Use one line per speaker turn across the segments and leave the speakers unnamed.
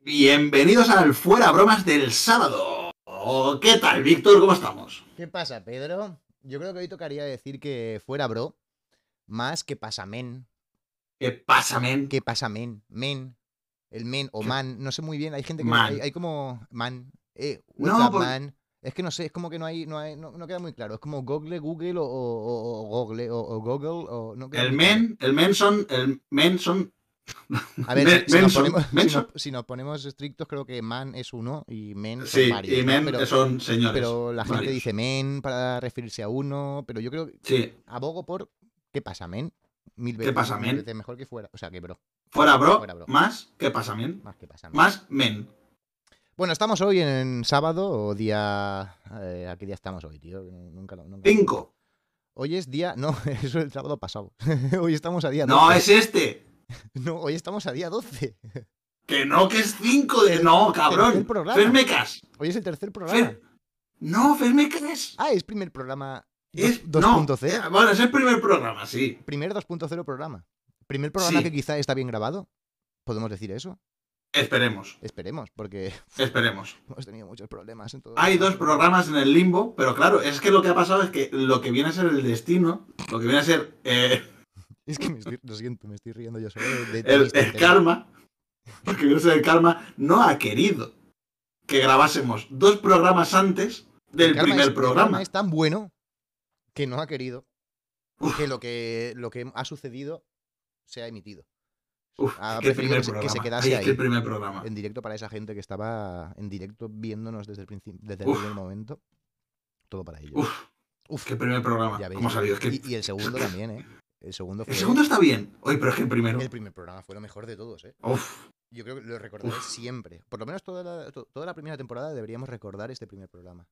Bienvenidos al Fuera Bromas del sábado. Oh, ¿Qué tal, Víctor? ¿Cómo estamos?
¿Qué pasa, Pedro? Yo creo que hoy tocaría decir que fuera bro, más que pasamen.
¿Qué pasa, men?
¿Qué pasa, men? Men. El men o
¿Qué?
man, no sé muy bien. Hay gente que
Man.
Hay, hay como man. Eh,
No,
no,
por-
man. Es que no sé, es como que no hay, no hay, no, no queda muy claro. Es como Google, Google o, o- o- o Google o, o Google o no queda
El
muy
men, el men son, el men son.
claro. A ver,
men-
si, si nos
menson,
ponemos, si
menson.
nos- si nos ponemos estrictos, creo que man es uno y men son
Sí,
varios.
y
¿no?
men
pero,
son señores.
pero la gente
varios.
dice men para referirse a uno, pero yo creo que
Sí,
abogo por ¿qué pasa, men? Mil
¿Qué
veces,
pasa,
mil
men?
veces mejor que fuera. O sea, que bro,
fuera bro,
Fuera bro.
más, ¿qué pasa, men?
más que pasa. men.
Más men.
Bueno, estamos hoy en sábado o día... eh, ¿A qué día estamos hoy, tío? Nunca, lo- nunca-
Cinco.
Hoy es día... No, eso es el sábado pasado. hoy estamos a día 12.
No, es este.
No, hoy estamos a día 12.
Que no, que es cinco de. No,
tercer
cabrón.
programa.
Fermecas.
Hoy es el tercer programa.
Fer... No, Fermecas.
Ah, es primer programa...
Es
dos-
no,
2.0.
eh, Bueno, es el primer programa, sí.
Primer 2.0 programa. Primer programa
Sí.
que quizá está bien grabado. ¿Podemos decir eso?
Esperemos,
Esperemos, porque
esperemos.
hemos tenido muchos problemas. En todo
Hay dos programas en el limbo, pero claro, es que lo que ha pasado es que lo que viene a ser el destino, lo que viene a ser eh,
Es que me estoy, lo siento, me estoy riendo yo solo. de- de
el,
mis
el
tonterías.
karma, lo que viene a ser el karma, no ha querido que grabásemos dos programas antes del
El karma
primer
es- el
programa.
karma es tan bueno que no ha querido que lo que lo que ha sucedido se ha emitido
Uf,
ha
es que el
preferido
primer
que se- que se
programa.
quedase
Ay, es que
ahí. Eh,
el primer programa.
en directo para esa gente que estaba en directo viéndonos desde el principio, desde
Uf.
el primer momento. Todo para ellos.
Uf, es que el primer programa.
ya veis.
¿Cómo ha salido? Es que
y, y el segundo también, ¿eh? El segundo fue
el segundo está bien. Hoy, pero es que el primero.
el primer programa fue lo mejor de todos, ¿eh?
Uf,
Yo creo que lo recordaré
Uf.
siempre. Por lo menos toda la, to- toda la primera temporada deberíamos recordar este primer programa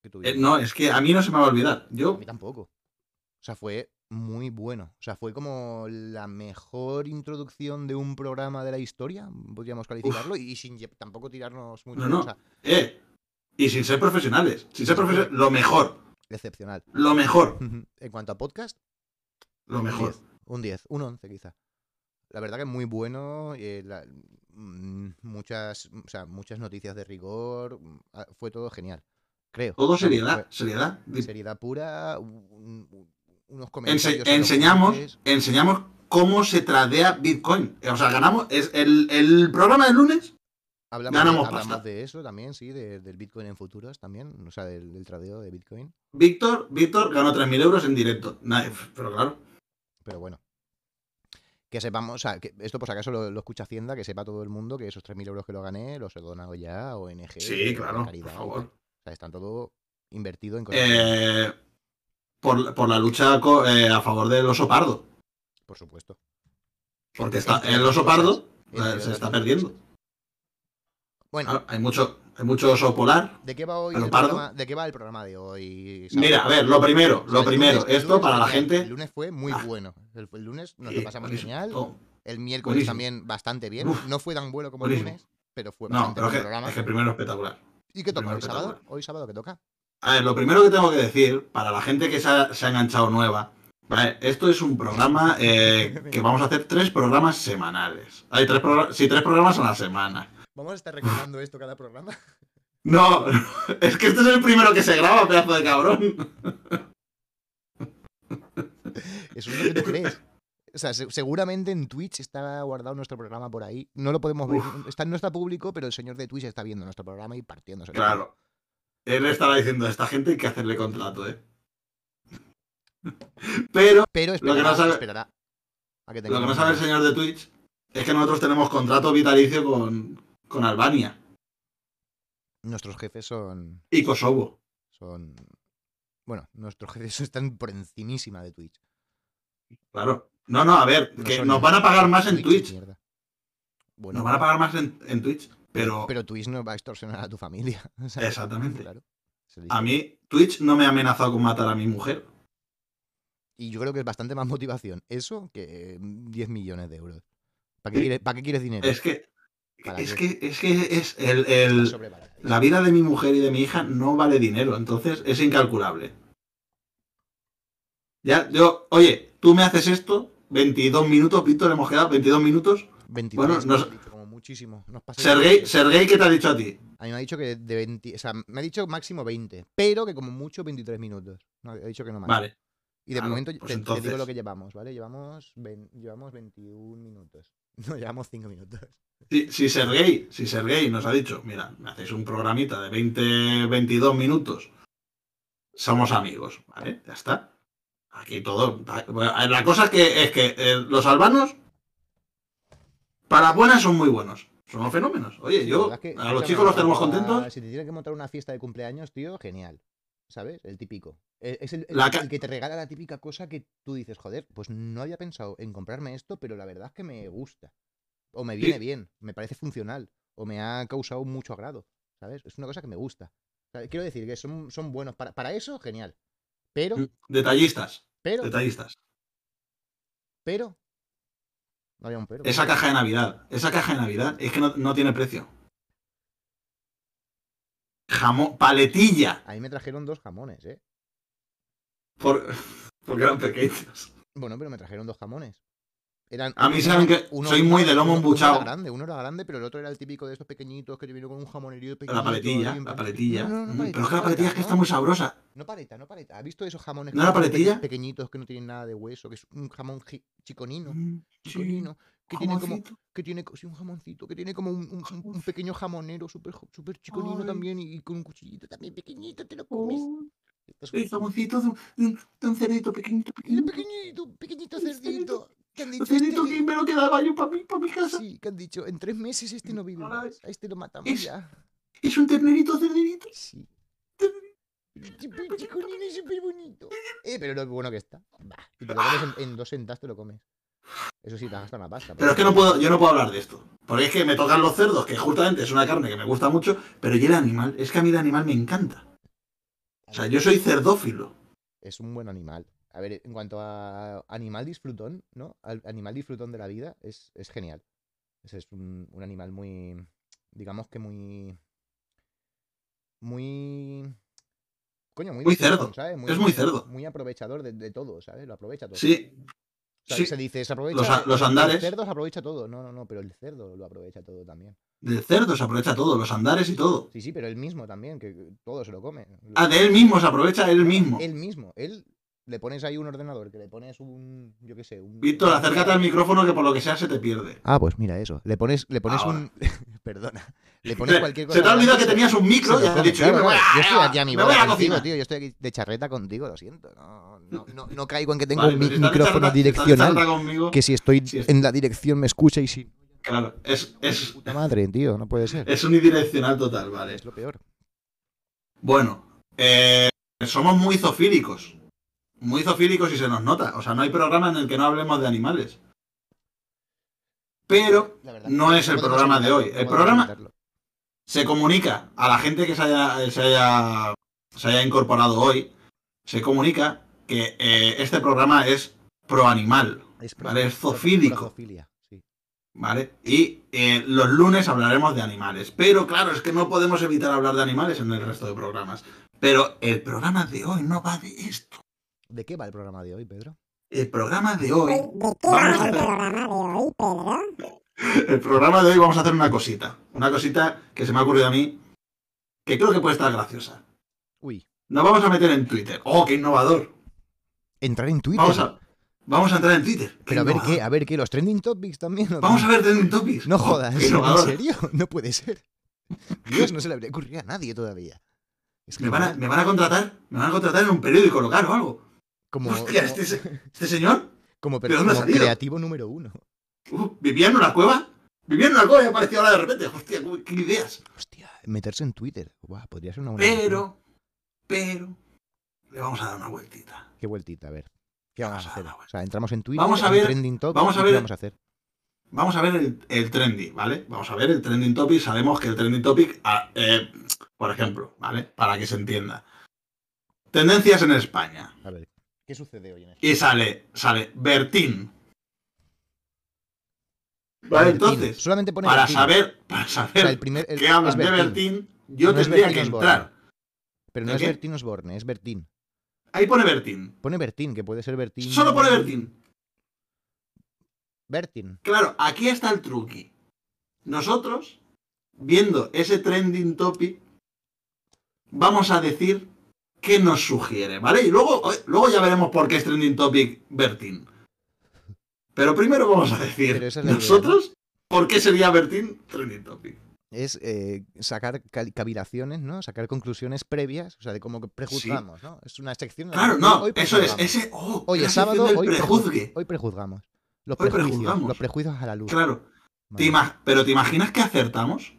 que
eh,
tuvimos.
no, es que a mí no se me va a olvidar.
A
Yo
mí tampoco. O sea, fue muy bueno. O sea, fue como la mejor introducción de un programa de la historia, podríamos calificarlo, y sin lle- tampoco tirarnos mucho.
No, no.
O sea,
Eh, y sin ser profesionales. Sin ser profesionales, lo mejor.
excepcional.
Lo mejor.
en cuanto a podcast,
Lo mejor.
un 10, un 11 quizá. La verdad que es muy bueno. eh, la- mm, muchas, o sea, muchas noticias de rigor. mm, ah, Fue todo genial. Creo.
Todo
O sea,
seriedad.
fue
Seriedad. Di-
seriedad pura. un- un- unos comentarios.
Ense- enseñamos,
elocuentes.
enseñamos cómo se tradea Bitcoin. O sea, ganamos. Es el, el programa del lunes.
Hablamos,
Ganamos
de, hablamos
pasta.
de eso también, sí, de- del Bitcoin en futuros también, o sea, del, del tradeo de Bitcoin.
Víctor, Víctor ganó 3.000 euros en directo. Nah, f- pero claro.
Pero bueno, que sepamos, o sea, que esto por si acaso lo, lo escucha Hacienda, que sepa todo el mundo que esos 3.000 euros que lo gané los he donado ya a ONG.
Sí,
a
claro. Por
caridad y tal.
favor.
O sea, están todo invertido en cosas. buenas,
Eh, por, por la lucha co- eh, a favor del oso pardo.
por supuesto.
Porque está,
Entre
el
otras
oso
cosas,
pardo eh,
entre
se
otras
está
muchas
perdiendo.
Bueno,
Claro, hay mucho, hay mucho oso polar.
¿de qué va hoy?
a lo
el
pardo.
programa- ¿De qué va el programa de hoy? Saúl?
Mira, a ver, lo primero,
O sea,
lo
el
primero,
lunes- el
esto
lunes
para la
genial,
gente.
El lunes fue muy
Ah.
bueno. El, el lunes nos
Eh,
lo pasamos
buenísimo.
genial.
Todo.
El miércoles
Buenísimo.
también bastante bien.
Uf,
no fue tan bueno como
buenísimo.
el lunes, pero fue
No,
bastante
pero es
buen
que,
programa.
es que primero espectacular.
¿Y qué toca?
primero
¿Hoy sábado?
espectacular.
¿Hoy sábado qué toca?
A ver, lo primero que tengo que decir, para la gente que se ha, se ha enganchado nueva, ¿vale? esto es un programa eh, que vamos a hacer tres programas semanales. Hay tres progra- sí, tres programas a la semana.
¿Vamos a estar recordando esto cada programa?
No, es que este es el primero que se graba, pedazo de cabrón.
Eso es lo que tú crees. O sea, se- seguramente en Twitch está guardado nuestro programa por ahí. No lo podemos ver. Está, no está público, pero el señor de Twitch está viendo nuestro programa y partiéndose. el culo.
Claro. Él estará diciendo a esta gente hay que hacerle contrato, ¿eh? Pero
Pero
que no
esperará,
sabe-
esperará a que
lo que no
tengamos
sabe el
más.
señor de Twitch es que nosotros tenemos contrato vitalicio con, con Albania
Nuestros jefes son,
y Kosovo.
son... Bueno, nuestros jefes están por encimísima de Twitch.
Claro. No, no, a ver,
No
que
son-
nos van a pagar más en
es
Twitch.
mierda. Bueno,
Nos van a pagar más en, en Twitch, pero,
Pues Pero Twitch no va a extorsionar a tu familia. o sea,
Exactamente.
claro, se dice.
a mí Twitch no me ha amenazado con matar a mi mujer.
Y yo creo que es bastante más motivación eso que eh, 10 millones de euros. ¿Para qué, quiere- para qué quieres dinero?
Eh, Es que
¿Para
es
qué?
que es que es el,
Está
el-
sobrevalorado.
la vida de mi mujer y de mi hija no vale dinero, entonces es incalculable. Ya, yo, oye, tú me haces esto, 22 minutos, Víctor, hemos quedado 22 minutos.
23
no sé-
como mucho. muchísimo. Nos pasa
Sergey, Sergey, ¿qué te ha dicho a ti?
A mí me ha dicho que de 20, o sea, me ha dicho máximo 20, pero que como mucho 23 minutos. No, ha dicho que no más.
Vale.
Y de
Ah, no,
momento
pues
te, te
entonces.
digo lo que llevamos, ¿vale? Llevamos, vein- llevamos 21 minutos. No, llevamos 5 minutos.
Si, si Sergey, si Sergey nos ha dicho, mira, me hacéis un programita de 20, 22 minutos, somos amigos, ¿vale? Ya está. Aquí todo. bueno, eh, La cosa es que, es que eh, los albanos, para buenas, son muy buenos. Son fenómenos. Oye,
Sí, la
yo,
verdad es que,
a los
escúchame,
chicos los
en
tenemos
cuanto a-
contentos.
Si te tienen que montar una fiesta de cumpleaños, tío, genial. ¿Sabes? El típico. E- Es el, el-
La ca-
el que te regala la típica cosa que tú dices, joder, pues no había pensado en comprarme esto, pero la verdad es que me gusta. O me viene bien, me parece funcional, o me ha causado mucho agrado. ¿Sabes? Es una cosa que me gusta. O sea, quiero decir que son, son buenos. Para, para eso, genial. Pero,
Mm, Detallistas,
pero,
detallistas.
pero. No había un pero.
Esa caja de Navidad, esa caja de Navidad, es que no, no tiene precio. Jamón, paletilla,
A mí me trajeron dos jamones, ¿eh?
por, porque eran pequeños.
Bueno, pero me trajeron dos jamones. Eran,
A mí
uno-
saben que soy muy de lomo
uno-
embuchado.
Uno era grande, uno era grande, pero el otro era el típico de esos pequeñitos que te vino con un jamón herido pequeñito.
La paletilla,
ahí en
la
plan-
paletilla.
No, no, no,
Mm,
paleta,
Pero es que la
no,
paletilla es que
paleta,
está muy sabrosa.
No paleta, no paleta. ¿Has visto esos jamones
¿No
que
era
son
paletilla?
peque- pequeñitos que no tienen nada de hueso? Que es un jamón gi- chiconino.
Mm, Sí,
Chiconino. Que tiene, como,
jamoncito.
que tiene co- sí, un jamoncito, que tiene como un, un- un- un pequeño jamonero súper jo- súper chiconino
Ay. Oh.
también y con un cuchillito también pequeñito, te lo comes. Estás
Sí,
como-
jamoncito de un, de un- de un cerdito pequeñito,
Mira,
pequeñito.
pequeñito, pequeñito
Un cerdito.
cerdito. que han
Un
dicho,
cerdito
"Este-
que me lo quedaba yo para mí, para mi casa.
Sí, que han dicho, en tres meses este no vive
Ahora
más, a este lo matamos
es-
ya.
Es un ternerito cerderito.
Sí. Pero chico nene es súper bonito. Eh, pero lo bueno que está. Bah, si te lo
Ah.
comes en, en dos sentas, te lo comes. Eso sí, te has gastado una pasta.
Pero es que no puedo, yo no puedo hablar de esto. Porque es que me tocan los cerdos, que justamente es una carne que me gusta mucho, pero yo el animal, es que a mí el animal me encanta. O sea, yo soy cerdófilo.
Es un buen animal. A ver, en cuanto a animal disfrutón, ¿no? Al- animal disfrutón de la vida es, es genial. Ese es un, un animal muy, digamos que muy... Muy... Coño, muy...
Muy cerdo.
disfrutón, ¿sabes?
Es muy cerdo.
Muy aprovechador de, de todo, ¿sabes? Lo aprovecha todo.
Sí,
O sea,
sí.
se dice, se aprovecha.
Los, a- los
El
andares,
cerdo se aprovecha todo. No, no, no, pero el cerdo lo aprovecha todo también.
del cerdo se aprovecha todo, los andares y todo.
Sí, sí, pero él mismo también, que que todo se lo come. Lo-
Ah, de él mismo, se aprovecha él mismo.
Él mismo, él le pones ahí un ordenador, que le pones un, yo qué sé, un...
Víctor,
una-
acércate al micrófono que por lo que sea se te pierde.
Ah, pues mira eso. Le pones, le pones
Ahora.
un... Perdona. Le pones
Se-
cualquier cosa.
Se te ha olvidado que
grande,
tenías un
se lo
micro y has
come,
dicho,
claro,
yo me voy
claro.
a,
Yo estoy aquí a mi
me voy a
bola
la
contigo,
cocina.
tío. Yo estoy aquí de charreta contigo, lo siento. No, no, no, no caigo en que tengo
Vale,
un
pero si
mi-
estás de
micrófono
charla- si estás de
direccional.
charla conmigo,
Que si estoy
Si es-
en la dirección me escucha y si...
Claro, es, es,
Puta madre, tío, no puede ser.
es unidireccional total, vale.
Es lo peor.
Bueno, eh, somos muy zofílicos. Muy zofílicos y se nos nota. O sea, no hay programa en el que no hablemos de animales. Pero
La verdad
no
que
es el
podemos
programa de hoy.
evitarlo, no
El
podemos
programa
evitarlo.
se comunica a la gente que se haya, se haya, se haya incorporado hoy. Se comunica que eh, este programa es pro animal.
Es
¿vale?
pro-
Es
pro-
zofílico.
prozofilia, sí.
¿Vale? Y eh, los lunes hablaremos de animales. Pero claro, es que no podemos evitar hablar de animales en el resto de programas. Pero el programa de hoy no va de esto.
¿De qué va el programa de hoy, Pedro?
El programa de hoy,
¿De qué
Vamos
va
a
el
ver.
programa de hoy, Pedro?
el programa de hoy vamos a hacer una cosita. Una cosita que se me ha ocurrido a mí, que creo que puede estar graciosa.
Uy,
Nos vamos a meter en Twitter. ¡Oh, qué innovador!
entrar en Twitter.
Vamos a, vamos a entrar en Twitter. ¡Qué
Pero a ver
innovador!
qué, a ver qué, los trending topics también. ¿o qué?
Vamos a ver Trending Topics.
No
¡Oh, qué
jodas, ¿en
innovador!
serio? No puede ser. Dios, no se le habría ocurrido a nadie todavía. Es
Me van, a,
genial.
me van a contratar, me van a contratar en un periódico local o algo.
como,
Hostia,
como,
este, se- este señor
como
¿pero
per-
dónde ha
como
salido?
creativo número uno.
Uh, ¿Vivía en una cueva? ¿Vivía en una cueva y apareció ahora de repente? Hostia, qué- qué ideas.
Hostia, meterse en Twitter. Guau, podría ser una buena. idea.
Pero, pero, le vamos a dar una vueltita.
Qué vueltita, a ver. ¿Qué vamos a hacer?
Ah, bueno.
O sea, entramos en Twitter,
Vamos a
en
ver-
trending topics.
vamos a
¿y
ver-
¿Qué vamos a hacer?
Vamos a ver el, el trending, ¿vale? Vamos a ver el trending topic. Sabemos que el trending topic, ah, eh, por ejemplo, ¿vale? Para que se entienda. Tendencias en España.
A ver, ¿qué sucede hoy en este?
Y
esto?
sale, sale Bertín. Vale,
Bertín.
entonces,
Solamente pone
para
Bertín.
saber, para
O sea, el
saber
primer, el-
qué hablan
es
de
Bertín,
Bertín, yo
No es
tendría
Bertín
que
Osborne.
entrar.
Pero
¿El
no es
qué?
Bertín Osborne, es Bertín.
Ahí pone Bertín.
Pone Bertín, que puede ser Bertín.
Solo pone Bertín.
Bertín.
Claro, aquí está el truqui. Nosotros, viendo ese trending topic, vamos a decir qué nos sugiere, ¿vale? Y luego, luego ya veremos por qué es trending topic Bertín. Pero primero vamos a decir,
Pero esa es la idea, ¿no?
nosotros, ¿por qué sería Bertín trending topic?
Es eh, sacar cal- cavilaciones, ¿no? Sacar conclusiones previas, o sea, de cómo que prejuzgamos, ¿no? Es una sección. en la
Claro,
que
no,
Ah, hoy
eso es,
prejuzgamos.
ese, oh,
Hoy
la
es
sección
sábado,
del
hoy, preju-
prejuzgue.
hoy prejuzgamos. Los
Hoy
prejuicios,
prejuzgamos.
los prejuicios a la luz.
Claro,
Madre
te ima- pero ¿te imaginas que acertamos?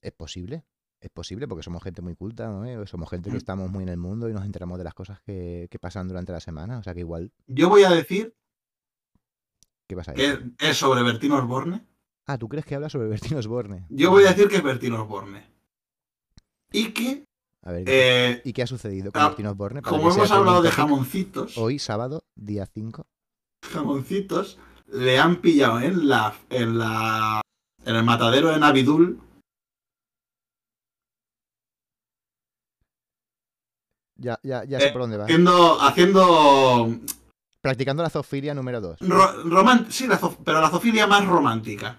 Es posible, es posible porque somos gente muy culta, ¿no? Eh, Somos gente que
Mm.
estamos muy en el mundo y nos enteramos de las cosas que, que pasan durante la semana. O sea que igual,
Yo voy a decir
¿qué pasa ahí?
que es sobre Bertín Osborne.
Ah, ¿tú crees que habla sobre Bertín Osborne?
Yo voy a decir que es Bertín Osborne. Y que,
A ver, ¿qué-
eh,
¿y qué ha sucedido con
ah,
Bertín Osborne? para
como
que sea
hemos hablado de
trending topic?
jamoncitos,
Hoy, sábado, día 5.
jamoncitos le han pillado en la en la en el matadero de Navidul
Ya, ya, ya sé
Eh,
por dónde va.
haciendo haciendo
Practicando la zoofilia número 2.
ro- roman- sí, la zo- pero la zoofilia más romántica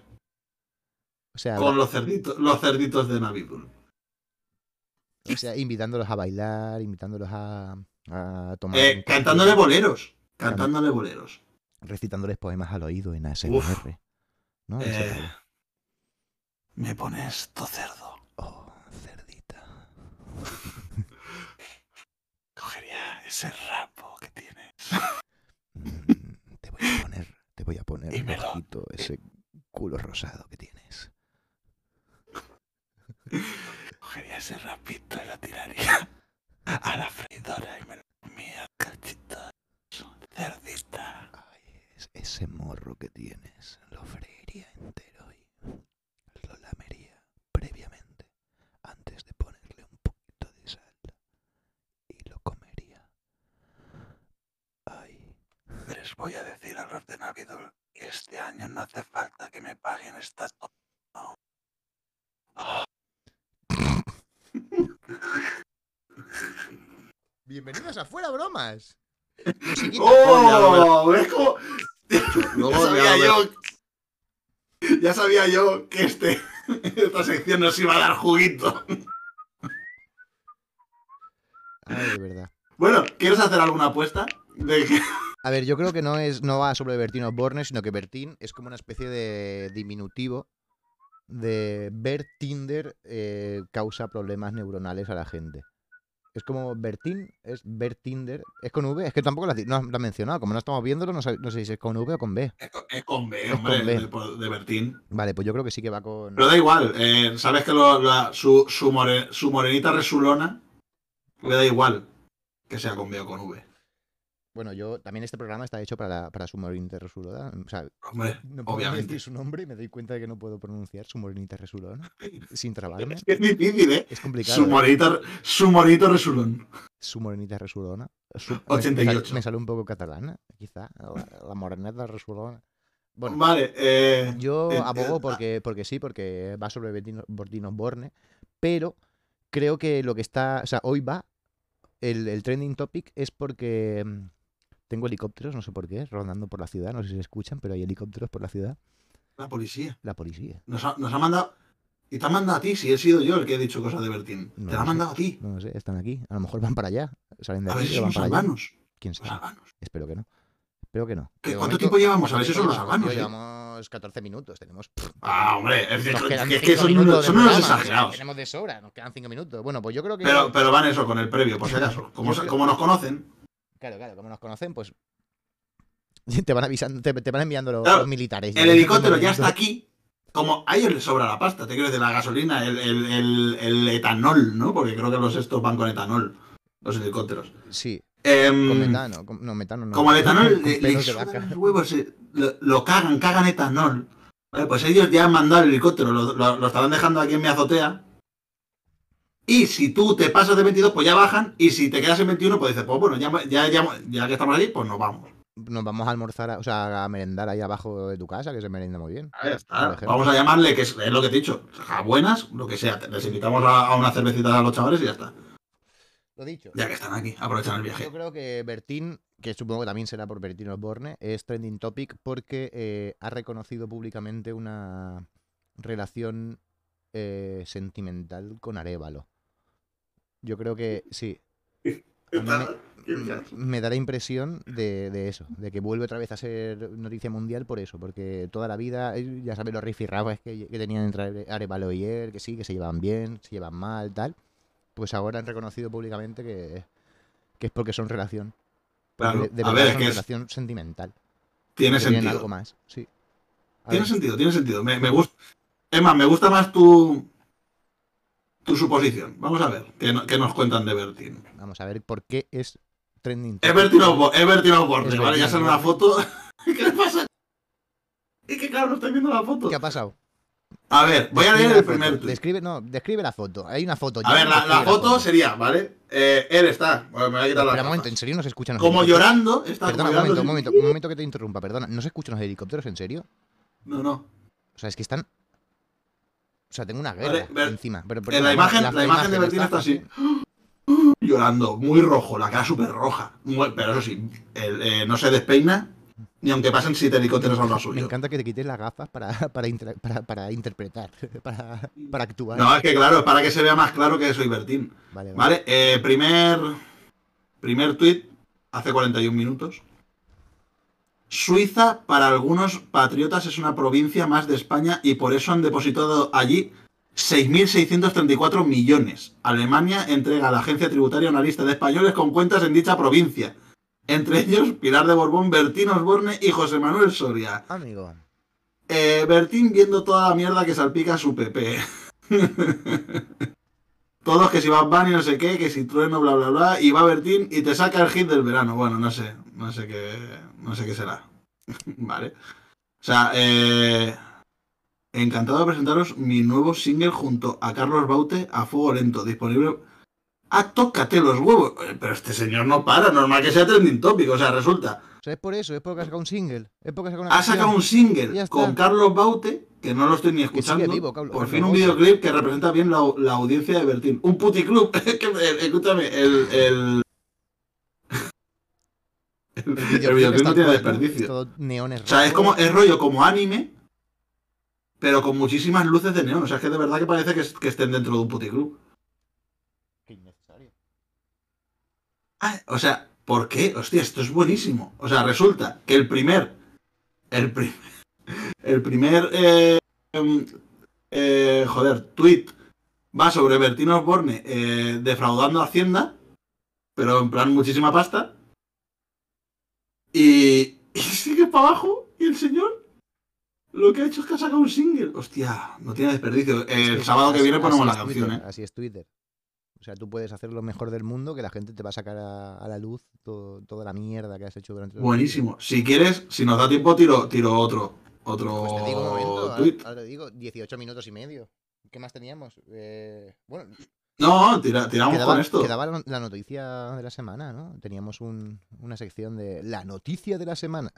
O sea,
con los cerditos los cerditos de Navidul.
o sea, invitándolos a bailar, invitándolos a, a tomar.
Eh,
un café,
cantándole boleros, cantándole boleros.
Recitándoles poemas al oído en ASMR. ¿No? Ese
Eh,
rollo.
me pones to cerdo.
Oh, cerdita.
Cogería ese rapo que tienes.
Mm, Te voy a poner, te voy a poner
Y
un
me lo-
ojito, ese culo rosado que tienes.
Cogería ese rapito y lo tiraría a la freidora y me lo comía cachito. Cerdita.
Ay, es- ese morro que tienes lo freiría entero y lo lamería previamente antes de ponerle un poquito de sal y lo comería. Ay,
Les voy a decir a los de Navidad que este año no hace falta que me paguen esta to- no.
bienvenidos a Fuera Bromas.
¡Oh! ¿Ves cómo? Ya
Luego
sabía
ya lo-
yo. Ya sabía yo que este, esta sección nos iba a dar juguito.
Ay, de verdad.
Bueno, ¿quieres hacer alguna apuesta? De que-
A ver, yo creo que no es no va sobre Bertín Osborne, sino que Bertín es como una especie de diminutivo de ver Tinder eh, causa problemas neuronales a la gente. Es como Bertín, es ver Tinder, es con V, es que tampoco lo has, di- no has- lo has mencionado, como no estamos viéndolo, no, sab- no sé si es con V o con B.
Es con- es con B,
Es
hombre,
con B.
De, de Bertín.
Vale, pues yo creo que sí que va con...
Pero da igual, eh, sabes que lo- la- su, su, more- su morenita resulona le da igual que sea con B o con V.
Bueno, yo también este programa está hecho para, la- para su morinita resuloda, o sea,
Hombre,
no puedo
Obviamente.
decir su nombre y me doy cuenta de que no puedo pronunciar su morinita resuloda sin trabarme.
es que es difícil, ¿eh?
Es complicado.
Su
¿eh?
morenita, su morenita resulón.
su morenita resulona. su- me- Me, sal-
88.
me sale un poco catalana, quizá. La, la moreneta resulona. Bueno,
Vale, eh,
yo
eh,
abogo
eh,
porque, porque sí, porque va sobre Bertino, Bertino Borne, pero creo que lo que está. O sea, hoy va. El, el trending topic es porque mm, tengo helicópteros, no sé por qué, rondando por la ciudad. No sé si se escuchan, pero hay helicópteros por la ciudad.
la policía.
La policía.
Nos ha, nos ha mandado. Y te ha mandado a ti, si he sido yo el que he dicho cosas de Bertín.
No
te la
lo
ha
sé.
mandado a ti.
No lo sé, están aquí. A lo mejor van para allá. Salen de
A
aquí
ver si
pero
son
van
los
para allá.
albanos.
¿Quién
Los
sabe?
albanos.
Espero que no. Espero que no.
¿Qué-
De
¿Cuánto
momento-
tiempo llevamos? A ver si
Tiempo
son los
llevamos,
albanos.
tío,
¿eh?
llevamos 14 minutos, tenemos.
Ah, hombre, es que,
Nos quedan
es que
cinco
son,
minutos
unos,
de
son unos
programa, o sea,
exagerados.
Tenemos de sobra, nos quedan 5 minutos. Bueno, pues yo creo que.
Pero, pero van eso con el previo, por si acaso. Como,
Yo creo-
como nos conocen.
Claro, claro, como nos conocen, pues. Te van avisando, te, te van enviando los,
Claro,
los militares.
El helicóptero ya está aquí. Como a ellos les sobra la pasta, te quiero decir, la gasolina, el, el- el- el etanol, ¿no? Porque creo que los estos van con etanol, los helicópteros.
Sí,
Em,
con metano. con- no, metano no.
como el etanol
con
le, le
pelos de
sudan
vaca.
los huevos, eh, lo, lo cagan, cagan etanol. Vale, pues ellos ya han mandado el helicóptero, lo, lo- lo estarán dejando aquí en mi azotea. Y si tú te pasas de 22, pues ya bajan. Y si te quedas en 21, pues dices, pues bueno, ya, ya, ya, ya que estamos allí, pues nos vamos.
Nos vamos a almorzar, a- o sea, a merendar ahí abajo de tu casa, que se merenda muy bien.
Ahí está.
Por ejemplo.
Vamos a llamarle, que es, es lo que te he dicho, a buenas, lo que sea. Les invitamos a, a una cervecita a los chavales y ya está.
Lo dicho.
Ya que están aquí, aprovechan el
Yo
viaje.
creo que Bertín, que supongo que también será por Bertín Osborne, es trending topic porque eh, ha reconocido públicamente una, relación eh, sentimental con Arevalo. Yo creo que sí. A mí me- Mm, me da la impresión de, de eso, de que vuelve otra vez a ser noticia mundial por eso, porque toda la vida, eh, ya sabes, los rifirrafes que, que tenían entre Are- Arevalo y él, que sí, que se llevan bien, se llevan mal, tal, pues ahora han reconocido públicamente que, que es porque son relación.
Claro.
de, de
A
verdad
ver, es
son
que es-
relación sentimental.
tiene
que tienen
sentido.
algo más, sí. A
Tiene
ver,
sentido, tiene sentido. Me, me gusta. Es más, me gusta más tu. Tu suposición. Vamos a ver qué, no- qué nos cuentan de Bertin.
vamos a ver por qué es trending. topic.
Everton Osborne, Everton Osborne,
Es
¿vale? Ya
Bertín
sale una
Osborne.
foto. ¿Qué le pasa? Es que claro, no estoy viendo la foto.
¿Qué ha pasado?
A ver, voy a
Describe
leer
la
el
foto,
primer tuit.
Describe, no, describe la foto. Hay una foto.
A ver, la, la
describe
foto sería, ¿vale? Eh, él está. Bueno, me voy a quitar la
Espera un
gafa.
momento, ¿en serio no se escuchan los
Como
helicópteros?
llorando, está
Perdona,
como
un
llorando.
momento, un momento, un momento que te interrumpa, perdona. ¿No se escuchan los helicópteros, en serio?
No, no.
O sea, es que están. O sea, tengo una
Vale,
guerra
Bert-
encima. Pero, pero-
En la imagen, la, imagen de
no
Bertín está así. Llorando, muy rojo, la cara súper roja. Muy- pero eso sí, el- eh, no se despeina, ni aunque pasen siete helicópteros a un lado
Me
suyo.
encanta que te quites las gafas para, para, inter- para, para interpretar, para, para actuar.
No, es que claro, es para que se vea más claro que soy Bertín.
Vale, vale.
Vale, eh, primer, primer tuit, hace 41 minutos. Suiza para algunos patriotas es una provincia más de España y por eso han depositado allí 6.634 millones. Alemania entrega a la agencia tributaria una lista de españoles con cuentas en dicha provincia. Entre ellos Pilar de Borbón, Bertín Osborne y José Manuel Soria.
Amigo,
Eh, Bertín viendo toda la mierda que salpica su PP. Todos que si Bad Bunny no sé qué, que si trueno, bla bla bla, y va Bertín y te saca el hit del verano. Bueno, no sé, no sé qué. No sé qué será. vale. O sea, eh, encantado de presentaros mi nuevo single junto a Carlos Baute a fuego lento, disponible. Ah, tócate los huevos. Eh, Pero este señor no para, normal que sea trending topic. O sea, resulta.
o sea, es por eso, es porque ha sacado un single. Es porque ha sacado una.
Ha sacado
canción.
un
Ya
single
está.
con Carlos Baute, que no lo estoy ni
sigue
escuchando.
vivo, Carlos-
por
Carlos
fin un
Baute.
videoclip que representa bien la, la audiencia de Bertín. Un puticlub. Es que, eh, escúchame, el, el, el,
videoclip
videoclip
está
no tiene
todo-
desperdicio.
todo neones
O sea, es como
rojos.
es rollo como anime, pero con muchísimas luces de neón. O sea, es que de verdad que parece que, es- que estén dentro de un puticlub.
Qué innecesario.
Ah, o sea, ¿por qué? Hostia, esto es buenísimo. O sea, resulta que el primer. El primer. El primer. eh, em, eh, joder, tweet va sobre Bertín Osborne eh, defraudando a Hacienda, pero en plan muchísima pasta. Y, y sigue para abajo y el señor. Lo que ha hecho es que ha sacado un single. Hostia, no tiene desperdicio.
Es
El
que
sábado que
así-
viene ponemos
así
la
es
canción,
Twitter,
¿eh?
Así es Twitter. O sea, tú puedes hacer lo mejor del mundo, que la gente te va a sacar a, a la luz todo- toda la mierda que has hecho durante los
Buenísimo. Si quieres, si nos da tiempo, tiro, tiro otro. Otro
Pues te digo un momento, ahora,
tweet.
ahora te digo 18 minutos y medio. ¿Qué más teníamos? Eh, bueno,
No, tira- tiramos
quedaba,
con esto.
quedaba la la noticia de la semana, ¿no? Teníamos un- una sección de la noticia de la semana.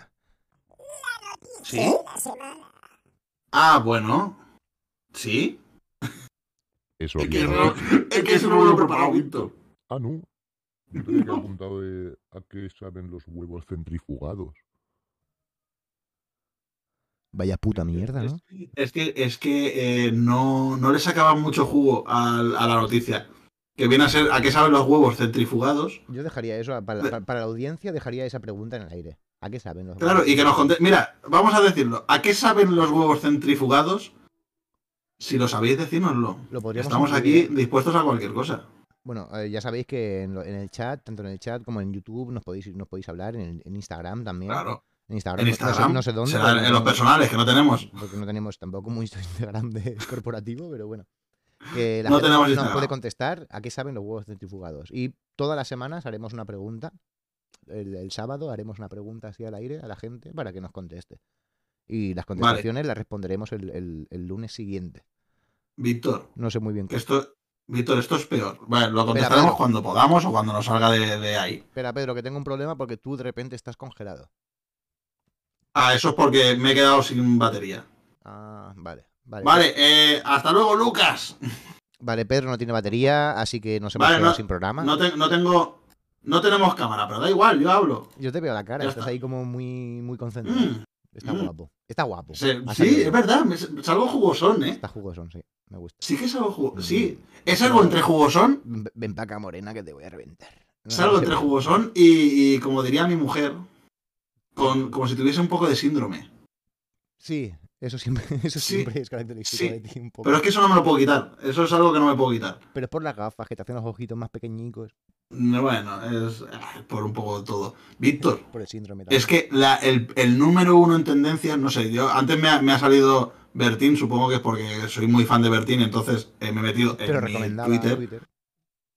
¿Sí? Ah, bueno. ¿Sí?
Eso
Es que,
había-
no- es que eso no me lo he preparado, Víctor.
Ah, no. Yo tenía que apuntado de a qué saben los huevos centrifugados.
Vaya puta mierda, ¿no?
Es que, es que eh, no, no le sacaban mucho jugo al- a, la noticia. Que viene a ser, ¿a qué saben los huevos centrifugados?
Yo dejaría eso, para, para- para la audiencia dejaría esa pregunta en el aire. ¿A qué saben los
Claro, y que nos conté. Mira, vamos a decirlo. ¿A qué saben los huevos centrifugados? Si lo sabéis, decínoslo.
Lo podríamos
Estamos aquí
incluir.
dispuestos a cualquier cosa.
Bueno, eh, ya sabéis que en, lo- en el chat, tanto en el chat como en YouTube, nos podéis, nos podéis hablar, en, el- en Instagram también.
Claro.
En Instagram,
En
no sé-
Instagram.
no sé dónde.
será
porque
en
no
los
tenemos-
personales, que no tenemos.
Porque no tenemos tampoco un Instagram de corporativo, pero bueno. Que la
No
gente
tenemos
nos
Instagram.
puede contestar a qué saben los huevos centrifugados. Y todas las semanas haremos una pregunta. El, el sábado haremos una pregunta así al aire a la gente para que nos conteste. Y las contestaciones las responderemos el, el- el lunes siguiente.
Víctor,
No sé muy bien
Que
qué.
Esto, Víctor, esto es peor. Bueno, lo
Espera,
contestaremos
Pedro.
cuando podamos o cuando nos salga de, de ahí.
Espera, Pedro, que tengo un problema porque tú de repente estás congelado.
Ah, eso es porque me he quedado sin batería.
Ah, vale. Vale,
Vale, eh, hasta luego, Lucas.
Vale, Pedro no tiene batería, así que nos hemos
Vale,
quedado
no-
sin programa.
No, te- no tengo. No tenemos cámara, pero da igual, yo hablo.
Yo te veo la cara,
Ya
estás
está.
ahí como muy, muy concentrado.
Mm,
Está
Mm.
guapo. Está guapo.
Se-
Pues Ha
sí,
salido.
es verdad, me, es algo jugosón, ¿eh?
Está jugosón, sí. Me gusta.
Sí que es algo jugosón.
Mm.
Sí, es algo entre jugosón,
Ven ven pa' acá, morena, que te voy a reventar. No,
es algo
no
entre
sé.
jugosón y, y, como diría mi mujer, con, como si tuviese un poco de síndrome.
Sí, eso siempre, eso
Sí,
siempre es característico
sí,
de ti un poco.
Pero es que eso no me lo puedo quitar. Eso es algo que no me puedo quitar.
Pero es por las gafas, que te hacen los ojitos más pequeñicos.
No, Bueno, es ah, por un poco de todo. Víctor,
Por el síndrome también.
es que la- el, el número uno en tendencias, no sé, yo antes me ha, me ha salido Bertín, supongo que es porque soy muy fan de Bertín, entonces eh, me he metido en
Pero
mi
recomendaba
Twitter.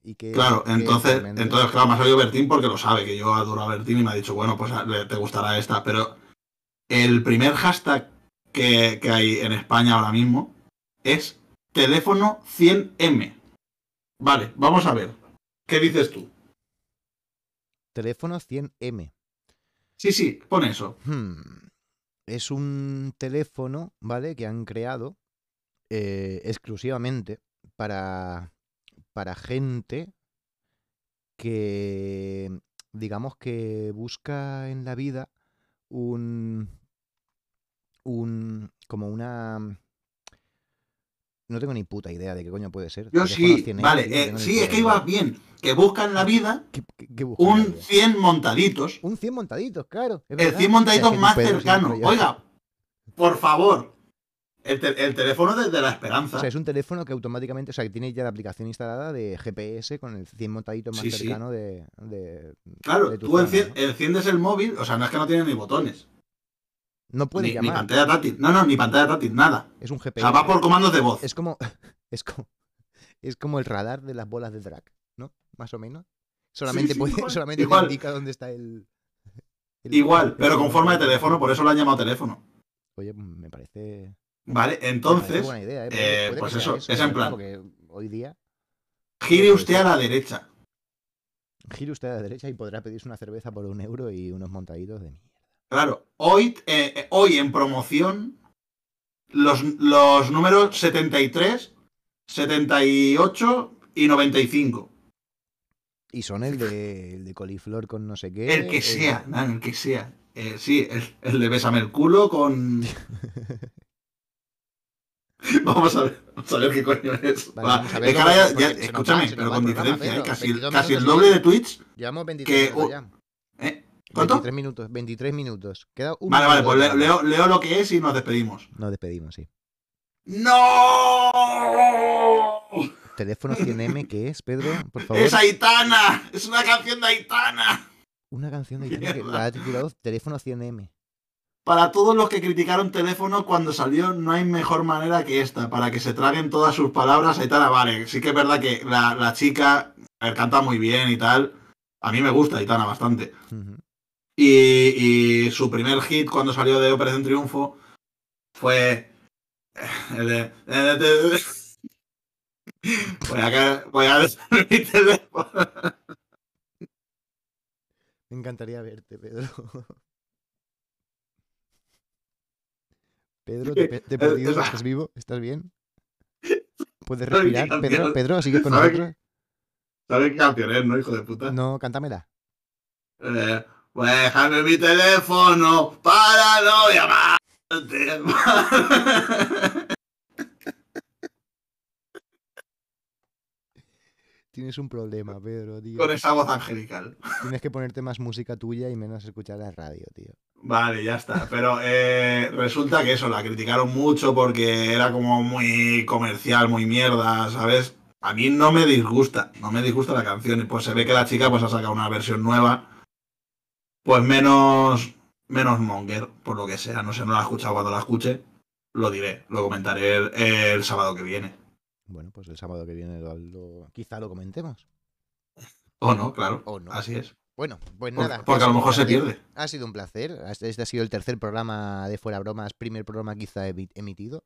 Y que,
Claro,
que
entonces,
recomiende-
entonces, claro, me ha salido Bertín porque lo sabe, que yo adoro a Bertín y me ha dicho, bueno, pues a- le- te gustará esta, pero el primer hashtag que, que hay en España ahora mismo es teléfono 100M. Vale, vamos a ver. ¿Qué dices tú?
Teléfono 100M.
Sí, sí, pon eso.
Hmm. Es un teléfono, ¿vale? Que han creado eh, exclusivamente para, para gente que, digamos que busca en la vida un, un, como una... No tengo ni puta idea de qué coño puede ser.
Yo
Teléfono
sí,
100M,
vale,
tío,
eh,
tengo ni
sí,
puta
es que
idea.
ibas bien. Que buscan la vida
¿Qué- qué- qué busca en la
un
vida?
100 montaditos.
Un 100 montaditos, claro. es
El 100
verdad. O sea,
montaditos
es que
más
Pedro siempre
cercano.
yo-
Oiga, por favor. El, te- el teléfono de, de la esperanza.
O sea, es un teléfono que automáticamente, o sea, que tiene ya la aplicación instalada de GPS con el 100 montaditos más
Sí, sí.
cercano de, de-
Claro,
de tu
tú
zona,
encien-
¿no?
enciendes el móvil, o sea, no es que no tiene ni botones,
No puede
ni, ni
llamar.
pantalla táctil, no, no, ni pantalla táctil, nada.
es un
O
GPS.
sea, va por comandos de voz.
Es como. Es como. Es como el radar de las bolas de drag, ¿no? Más o menos. Solamente,
sí,
puede-
igual,
solamente
igual.
te indica dónde está el. el-
Igual, pero
el-
con forma de teléfono, por eso lo han llamado teléfono.
Oye, pues, me parece.
Vale,
me parece
entonces,
buena idea,
eh,
¿eh? Puede que
pues
sea
eso, es
la
en
verdad,
plan.
Porque hoy día
gire usted a la derecha.
gire usted a la derecha y podrá pedirse una cerveza por un euro y unos montaditos de mierda.
Claro, hoy, eh, eh, hoy en promoción, los, los números 73, 78 y 95.
Y son el de, el de coliflor con no sé qué.
El que sea, nada, el que sea. Eh, sí, el, el de bésame el culo con... Vamos a ver, vamos a ver qué coño es.
Vale,
Va,
vamos a ver
es que ahora ya-
cómo-
ya-
porque se nos va,
escúchame,
se nos
pero
va
con
el programa,
diferencia, ¿eh?
Pedro.
casi,
22
casi el
minutos
doble
y-
de tweets.
Llevamos 23
que-
minutos
uh,
ya.
¿eh? ¿Cuánto?
23 minutos, 23 minutos. Queda un
Vale, vale,
minuto
pues
de
le-
programa.
leo, leo lo que es y nos despedimos.
Nos despedimos, sí.
¡No!
Teléfono 100M, ¿qué es, Pedro? Por favor.
¡Es Aitana! ¡Es una canción de Aitana!
Una canción de Aitana que
Mierda.
la ha titulado Teléfono 100M.
Para todos los que criticaron teléfono cuando salió, no hay mejor manera que esta. Para que se traguen todas sus palabras, Aitana, vale. Sí que es verdad que la, la chica a ver, canta muy bien y tal. A mí me gusta Aitana bastante.
Ujú.
Y, y su primer hit cuando salió de Operación Triunfo fue. eh, el de- eh, Voy a, ca- voy a dejar mi teléfono.
Me encantaría verte, Pedro. Pedro, te, pe- te he
Eh,
perdido.
esa-
¿Estás vivo? ¿Estás bien? ¿Puedes
Ay, qué
respirar? Pedro,
canción.
Pedro, ¿sigues con
¿Sabes
nosotros?
¿Sabes qué canción es, no, hijo de puta?
No, cántamela.
Eh, voy a dejarme mi teléfono para no llamarte.
Tienes un problema, Pedro, tío.
Con esa voz angelical.
Tienes que ponerte más música tuya y menos escuchar la radio, tío.
Vale, ya está. Pero eh, resulta que eso, la criticaron mucho porque era como muy comercial, muy mierda, ¿sabes? A mí no me disgusta, no me disgusta la canción. Y pues se ve que la chica pues ha sacado una versión nueva, pues menos, menos monger, por lo que sea. No sé, no la he escuchado cuando la escuche. Lo diré, lo comentaré el, el sábado que viene.
Bueno, pues el sábado que viene lo, lo- quizá lo comentemos.
O no, claro.
O no.
Así es.
Bueno, pues
Ah, Por-
nada. que
porque
ha
a lo
sido un
mejor se
placer.
pierde.
Ha sido un placer. Has- Este ha sido el tercer programa de Fuera Bromas, primer programa quizá emi- emitido.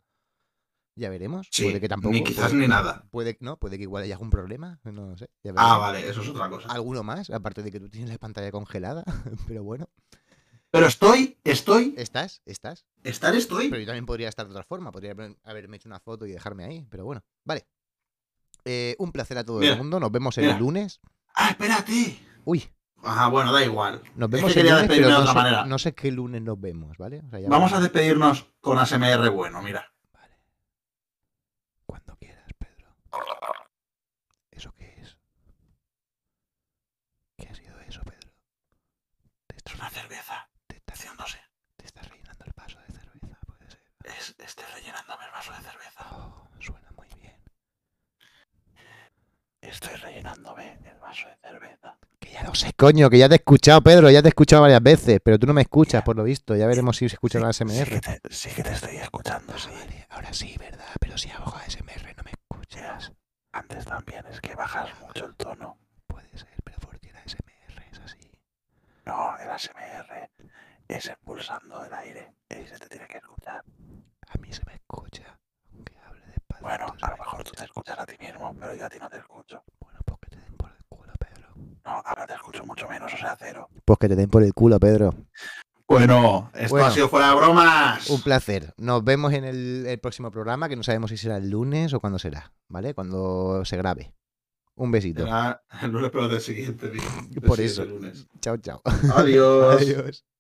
Ya veremos.
Sí,
puede que tampoco.
ni quizás
puede-
ni nada.
Puede, no, puede que igual haya algún problema. No lo sé. ya
Ah,
veremos.
vale, eso es otra cosa.
Alguno más, aparte de que tú tienes la pantalla congelada. Pero bueno,
Pero estoy, estoy,
estás, estás.
estar estoy.
Pero yo también podría estar de otra forma. Podría haber- haberme hecho una foto y dejarme ahí. Pero bueno, vale. Eh, un placer a todo
Mira,
el mundo. Nos vemos el
mira.
lunes.
Ah, espérate.
Uy,
Ajá, bueno, da igual.
Nos
que
vemos el
quería
lunes, pero
despedirme de
no
otra
sé,
manera.
no sé qué lunes nos vemos, ¿vale? O sea, ya
Vamos a
veremos.
despedirnos con ASMR bueno, mira.
Vale. Cuando quieras, Pedro. ¿Eso qué es? ¿Qué ha sido eso, Pedro? Te
Es
estás,
una cerveza,
te estás-
haciéndose.
te estás rellenando el vaso de cerveza, puede ser.
Es, estoy rellenándome el vaso de cerveza.
Oh, suena muy bien.
Estoy rellenándome el vaso de cerveza.
Que ya lo sé, coño, que ya te he escuchado, Pedro, ya te he escuchado varias veces, pero tú no me escuchas, por lo visto. Ya veremos si se escucha la
Sí que
SMR.
te, sí que te estoy escuchando, sí.
Ah, ahora sí, ¿verdad? Pero si hago ASMR no me escuchas.
Antes también es que bajas mucho el tono.
Puede ser, pero porque la SMR es así.
No, el ASMR es expulsando el aire y se te tiene que escuchar.
A mí se me escucha, aunque hable despacio.
Bueno,
tú se
a lo
me
mejor tú te
escuchas.
escuchas a ti mismo, pero yo a ti no te escucho.
Bueno, pues que te den por el culo, Pedro.
No, ahora te escucho mucho menos, o sea, cero.
Pues que te den por el culo, Pedro.
Bueno, esto
Bueno.
ha sido fuera de bromas.
Un placer. Nos vemos en el, el próximo programa, que no sabemos si será el lunes o cuándo será, ¿vale? Cuando se grabe. Un besito.
Será el lunes, pero del siguiente día. del
Por
siguiente
eso.
lunes.
Chao, chao.
Adiós.
Adiós.